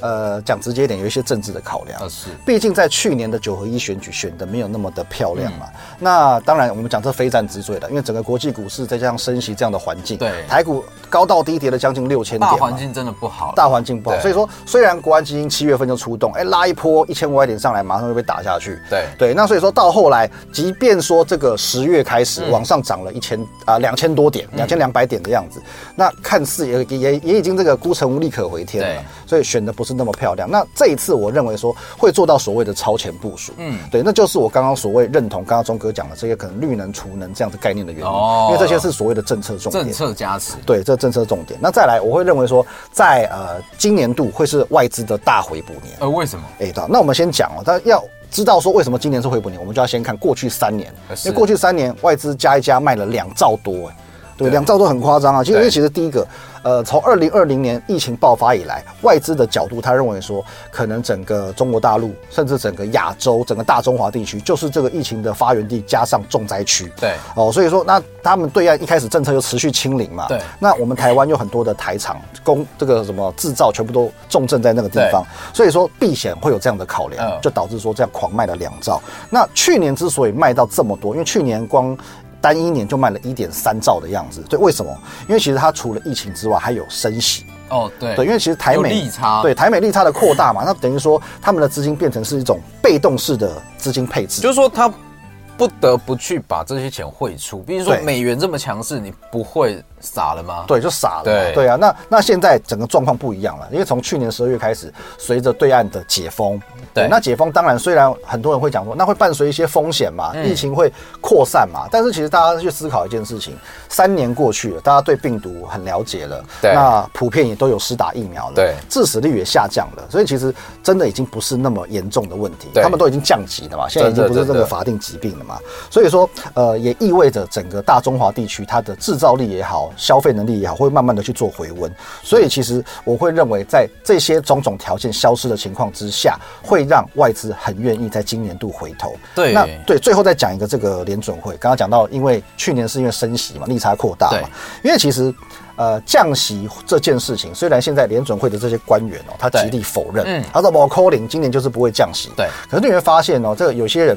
B: 呃，讲直接一点，有一些政治的考量，
C: 呃是
B: 毕竟在去年的九合一选举选的没有那么的漂亮
C: 嗯
B: 嘛。那当然，我们讲这非战之罪了，因为整个国际股市再加上升息这样的环境，
C: 对
B: 台股高到低跌了将近六千点嘛，
C: 大环境真的不好，
B: 大环境不好，
C: 对
B: 所以说虽然国安基金七月份就出动，哎，拉一波一千五百点上来，马上就被打下去。
C: 对
B: 对，那所以说到后来，即便说这个十月开始
C: 嗯
B: 往上涨了一千啊两千多点，两千两百点的样子，那看似也也也也已经这个孤城无力可回天了
C: 对，
B: 所以选的不是那么漂亮。那这一次我认为说会做到所谓的超前部署，嗯，对，那就是我刚刚所谓认同刚刚钟哥讲的这些可能绿能储能这样的概念的原因，
C: 哦
B: 因为这些是所谓的政策重点
C: 政。策加持，
B: 对，这政策重点。那再来，我会认为说，在呃今年度会是外资的大回补年。
C: 呃，为什么？
B: 哎、好，那我们先讲哦，但要知道说为什么今年是回补年，我们就要先看过去三年
C: 呃，是
B: 因为过去三年外资加一加卖了两兆多、哎，对，
C: 对
B: 两兆多很夸张啊。其实
C: 对
B: 因为其实第一个，呃，从二零二零年疫情爆发以来，外资的角度他认为说，可能整个中国大陆，甚至整个亚洲，整个大中华地区，就是这个疫情的发源地加上重灾区。
C: 对
B: 哦，所以说那他们对岸一开始政策又持续清零嘛，
C: 对
B: 那我们台湾有很多的台厂工这个什么制造全部都重镇在那个地方，所以说避险会有这样的考量，
C: 嗯
B: 就导致说这样狂卖了两兆。那去年之所以卖到这么多，因为去年光。单一年就卖了一点三兆的样子，对，为什么？因为其实它除了疫情之外，还有升息，
C: 哦，对
B: 对，因为其实台美
C: 有利差
B: 对台美利差的扩大嘛，那等于说他们的资金变成是一种被动式的资金配置，
C: 就是说他不得不去把这些钱汇出，比如说
B: 对
C: 美元这么强势，你不会傻了吗？
B: 对，就傻了嘛。
C: 对
B: 啊，那那现在整个状况不一样了，因为从去年十二月开始，随着对岸的解封，
C: 对
B: 那解封当然虽然很多人会讲说，那会伴随一些风险嘛，
C: 嗯
B: 疫情会扩散嘛，但是其实大家去思考一件事情，三年过去了，大家对病毒很了解了，
C: 对
B: 那普遍也都有施打疫苗了，
C: 对
B: 致死率也下降了，所以其实真的已经不是那么严重的问题，
C: 对
B: 他们都已经降级了嘛，现在已经
C: 真的
B: 不是这
C: 真
B: 个
C: 的
B: 法定疾病了嘛，所以说，呃，也意味着整个大中华地区它的制造力也好，消费能力也好，会慢慢的去做回温。所以其实我会认为，在这些种种条件消失的情况之下，会让外资很愿意在今年度回头。
C: 对
B: 那对，最后再讲一个这个联准会，刚刚讲到，因为去年是因为升息嘛，利差扩大嘛
C: 对，
B: 因为其实。呃，降息这件事情，虽然现在联准会的这些官员哦，他极
C: 对
B: 力否认，
C: 嗯
B: 他说某 c a l l i n 今年就是不会降息，
C: 对
B: 可是你会发现哦，这个有些人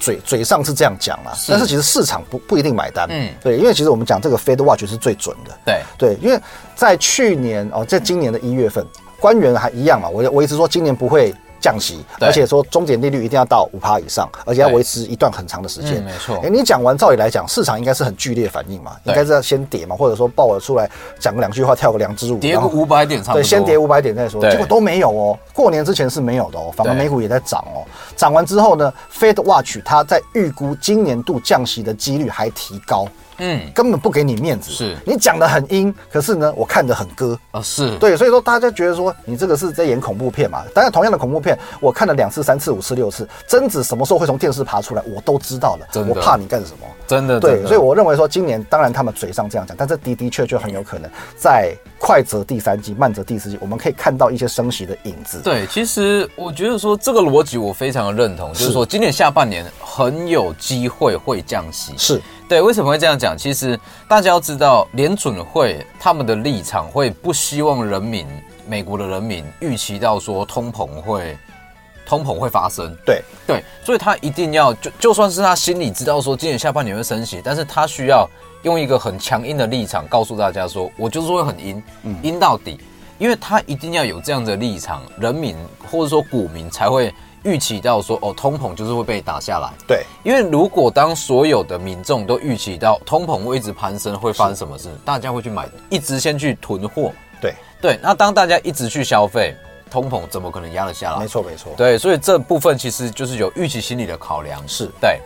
B: 嘴嘴上是这样讲啦，
C: 是
B: 但是其实市场不不一定买单。嗯
C: 嗯，
B: 对，因为其实我们讲这个 Fed Watch 是最准的。
C: 对
B: 对，因为在去年哦，在今年的一月份，官员还一样嘛，我我一直说今年不会。降息，
C: 对
B: 而且说终点利率一定要到五趴以上，而且要
C: 对
B: 维持一段很长的时间、
C: 嗯没错
B: 诶你讲完，照理来讲，市场应该是很剧烈反应嘛，应
C: 对
B: 该是要先跌嘛，或者说鲍尔出来讲个两句话，跳个两支舞，
C: 跌
B: 然
C: 个
B: 后
C: 五百点差不
B: 对，
C: 多，
B: 先跌五百点再说，
C: 对
B: 结果都没有哦。过年之前是没有的哦，反而
C: 对
B: 美股也在涨哦。涨完之后呢，Fed Watch 它在预估今年度降息的几率还提高。
C: 嗯，
B: 根本不给你面子。
C: 是
B: 你讲的很阴，可是呢，我看得很割。
C: 啊是，
B: 对，所以说大家觉得说你这个是在演恐怖片嘛？当然，同样的恐怖片，我看了两次、三次、五次、六次，贞子什么时候会从电视爬出来，我都知道了。
C: 真
B: 我
C: 的
B: 怕你干什么？
C: 真的真
B: 对，
C: 的
B: 所以我认为说，今年当然他们嘴上这样讲，但这的的确确很有可能在快则第三季，慢则第四季，我们可以看到一些升息的影子。
C: 对，其实我觉得说这个逻辑我非常的认同，就是是说今年下半年很有机会会降息。
B: 是
C: 对，为什么会这样讲？其实大家要知道，联准会他们的立场会不希望人民，美国的人民预期到说通膨会通膨会发生。
B: 对，
C: 对，所以他一定要就就算是他心里知道说今年下半年会升息，但是他需要用一个很强硬的立场告诉大家说，我就是会很阴，阴到底，因为他一定要有这样的立场，人民或者说股民才会预期到说，哦，通膨就是会被打下来。
B: 对，
C: 因为如果当所有的民众都预期到通膨会一直攀升，会发生什么事？大家会去买，一直先去囤货。
B: 对，
C: 对，那当大家一直去消费，通膨怎么可能压得下来？
B: 没错，没错。
C: 对，所以这部分其实就是有预期心理的考量。
B: 是
C: 对，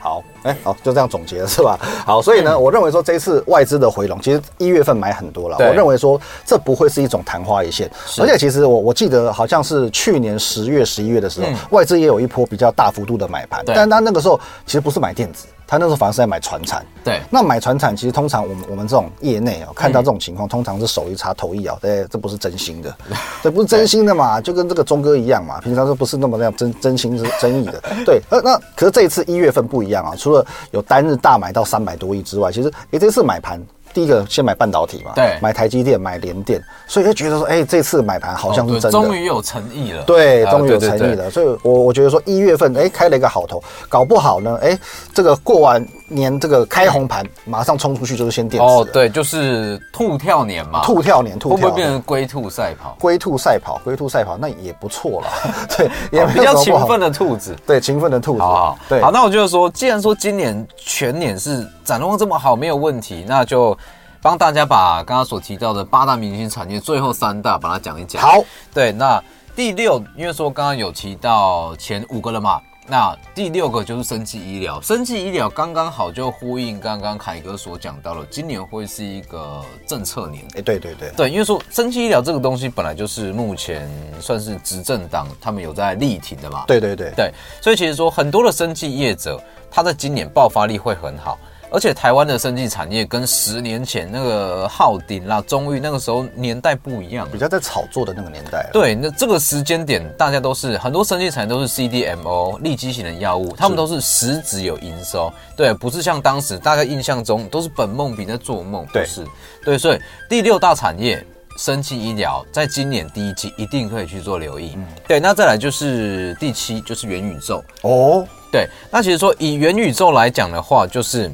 B: 好，哎、好，就这样总结了是
C: 嗯
B: 吧？好，所以呢，我认为说这一次外资的回笼，其实一月份买很多了，
C: 对
B: 我认为说这不会是一种昙花一现，而且其实我我记得好像是去年十月、十一月的时候，
C: 嗯
B: 外资也有一波比较大幅度的买盘，
C: 对
B: 但他那个时候其实不是买电子，他那时候反而是在买船产。
C: 对，嗯
B: 那买船产其实通常我们我们这种业内哦，看到这种情况，通常是手一插头一摇，对，这不是真心 的，这不是真心的嘛，就跟这个钟哥一样嘛，平常都不是那么那样真真心是真意 的，对。呃，那可是这一次一月份不一样啊，除了有单日大买到三百多亿之外，其实诶这次买盘。第一个先买半导体嘛，
C: 对
B: 买台积电，买联电，所以就觉得说，哎、这次买盘好像是
C: 哦对
B: 真的，
C: 终于有诚意了。
B: 对，
C: 啊
B: 终于有
C: 对
B: 诚
C: 对
B: 意
C: 对
B: 了，所以我我觉得说一月份哎开了一个好头，搞不好呢哎这个过完年这个开红盘，马上冲出去就是先电子了
C: 哦，，对，就是兔跳年嘛，
B: 兔跳年
C: 会
B: 兔
C: 不会
B: 跳
C: 变
B: 年，
C: 成龟兔赛 跑？
B: 龟兔赛跑龟兔赛跑那也不错啦， 对，也没
C: 哦比
B: 有
C: 较
B: 什么不
C: 勤
B: 好
C: 奋，的兔子。
B: 对勤奋的兔子，
C: 好好
B: 对，
C: 好，那我就是说，既然说今年全年是展望这么好，没有问题，那就帮大家把刚刚所提到的八大明星产业最后三大把它讲一讲。，
B: 好
C: 对，那第六，因为说刚刚有提到前五个了嘛，那第六个就是生技医疗，生技医疗刚刚好就呼应刚刚凯哥所讲到了，今年会是一个政策年。
B: 哎对对对，
C: 对，因为说生技医疗这个东西本来就是目前算是执政党他们有在力挺的嘛，
B: 对对对，
C: 对，所以其实说很多的生技业者，他在今年爆发力会很好，而且台湾的生技产业跟十年前那个浩鼎啦、中裕那个时候年代不一样了
B: 比。较在炒作的那个年代了，
C: 对，那这个时间点，大家都是很多生技产业都是 CDMO 立基型的药物，他们都是实质有营收，对，不是像当时大家印象中都是本梦比在做梦，不
B: 对
C: 是，对，所以第六大产业。生技医疗在今年第一季一定可以去做留意，对，那再来就是第七，就是元宇宙，
B: 哦，
C: 对，那其实说以元宇宙来讲的话，就是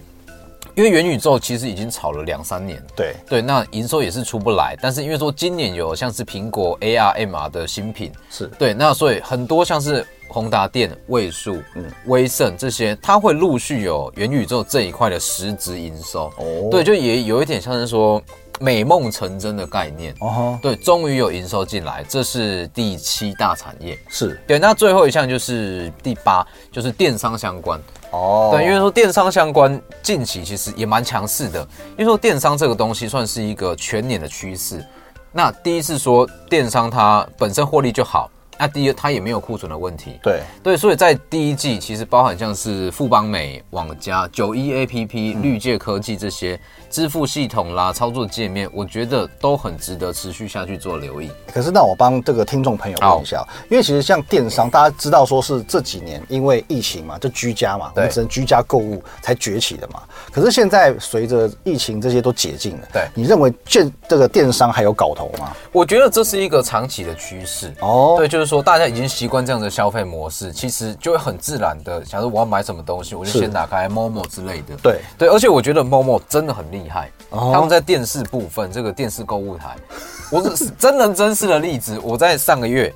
C: 因为元宇宙其实已经炒了两三年，
B: 对
C: 对，那营收也是出不来，但是因为说今年有像是苹果 AR、MR 的新品，
B: 是
C: 对，那所以很多像是宏达电、位数、嗯、威盛这些，它会陆续有元宇宙这一块的实质营收，
B: 哦
C: 对，就也有一点像是说美梦成真的概念，
B: 哦吼
C: 对，终于有营收进来，这是第七大产业。
B: 是
C: 对，那最后一项就是第八，就是电商相关。
B: 哦，
C: 对，因为说电商相关近期其实也蛮强势的，因为说电商这个东西算是一个全年的趋势。那第一是说电商它本身获利就好，那第一它也没有库存的问题。
B: 对
C: 对，所以在第一季其实包含像是富邦美、网家、九一 APP、绿界科技这些支付系统啦、操作界面，我觉得都很值得持续下去做留意。
B: 可是那我帮这个听众朋友问一下哦，因为其实像电商，大家知道说是这几年因为疫情嘛，就居家嘛，我
C: 对
B: 们只能居家购物才崛起的嘛。可是现在随着疫情这些都解禁了，
C: 对
B: 你认为电这个电商还有搞头吗？
C: 我觉得这是一个长期的趋势。
B: 哦
C: 对，就是说大家已经习惯这样的消费模式，其实就会很自然的想说我要买什么东西，我
B: 是
C: 就先打开 Momo 之类的。
B: 对
C: 对，而且我觉得 Momo 真的很厉害，
B: 哦
C: 他们在电视部分这个电视购物台，我是真人真事的例子。我在上个月，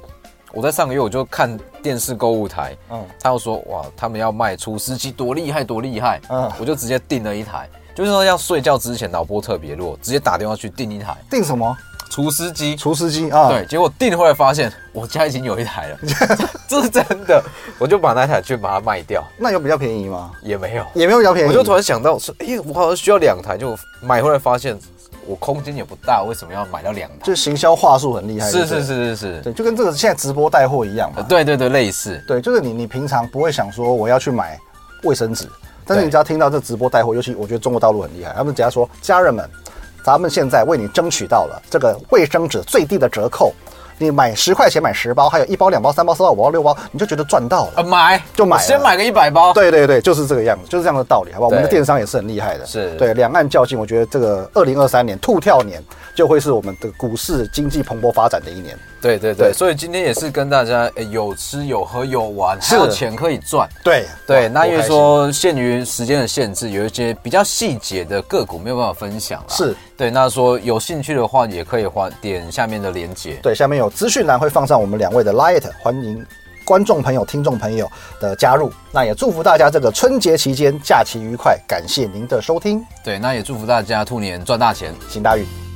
C: 我在上个月我就看电视购物台，
B: 嗯
C: 嗯，他又说哇，他们要卖厨师机多厉害多厉害，
B: 嗯
C: 嗯，我就直接订了一台，就是说要睡觉之前脑波特别弱，直接打电话去订一台。
B: 定什么？
C: 厨师机，
B: 厨师机啊，
C: 对，，结果订回来发现我家已经有一 台了，这是真的，我就把那台去把它卖掉，
B: 那有比较便宜吗？
C: 也没有，
B: 也没有比较便宜，
C: 我就突然想到说，哎、我好像需要两台，就买回来发现我空间也不大，为什么要买到两台？
B: 就行销话术很厉害，
C: 是
B: 对
C: 是
B: 不对，
C: 是是是，
B: 对，就跟这个现在直播带货一样嘛
C: 呃，对对对，类似，
B: 对，就是你你平常不会想说我要去买卫生纸，但是你只要听到这直播带货，尤其我觉得中国大陆很厉害，他们只要说家人们，咱们现在为你争取到了这个卫生纸最低的折扣，你买十块钱买十包，还有一包、两包、三包、四包、五包、六包，你就觉得赚到了。
C: 呃，买
B: 就买了
C: 我先买个一百包，
B: 对对对，就是这个样子，就是这样的道理，好不好？我
C: 啊对
B: 们的电商也是很厉害的，
C: 是
B: 对两岸较劲，我觉得这个二零二三年兔跳年就会是我们的股市经济蓬勃发展的一年。
C: 对对对，
B: 对
C: 所以今天也是跟大家、呃有吃有喝有玩，还有
B: 是
C: 钱可以赚。
B: 对哇
C: 对，那因为
B: 多开心
C: 说限于时间的限制，有一些比较细节的个股没有办法分享啦。
B: 是
C: 对，那说有兴趣的话，也可以花点下面的连接。
B: 对，下面有资讯栏会放上我们两位的 Light，欢迎观众朋友、听众朋友的加入。那也祝福大家这个春节期间假期愉快，感谢您的收听，
C: 对，那也祝福大家兔年赚大钱。
B: 行大运。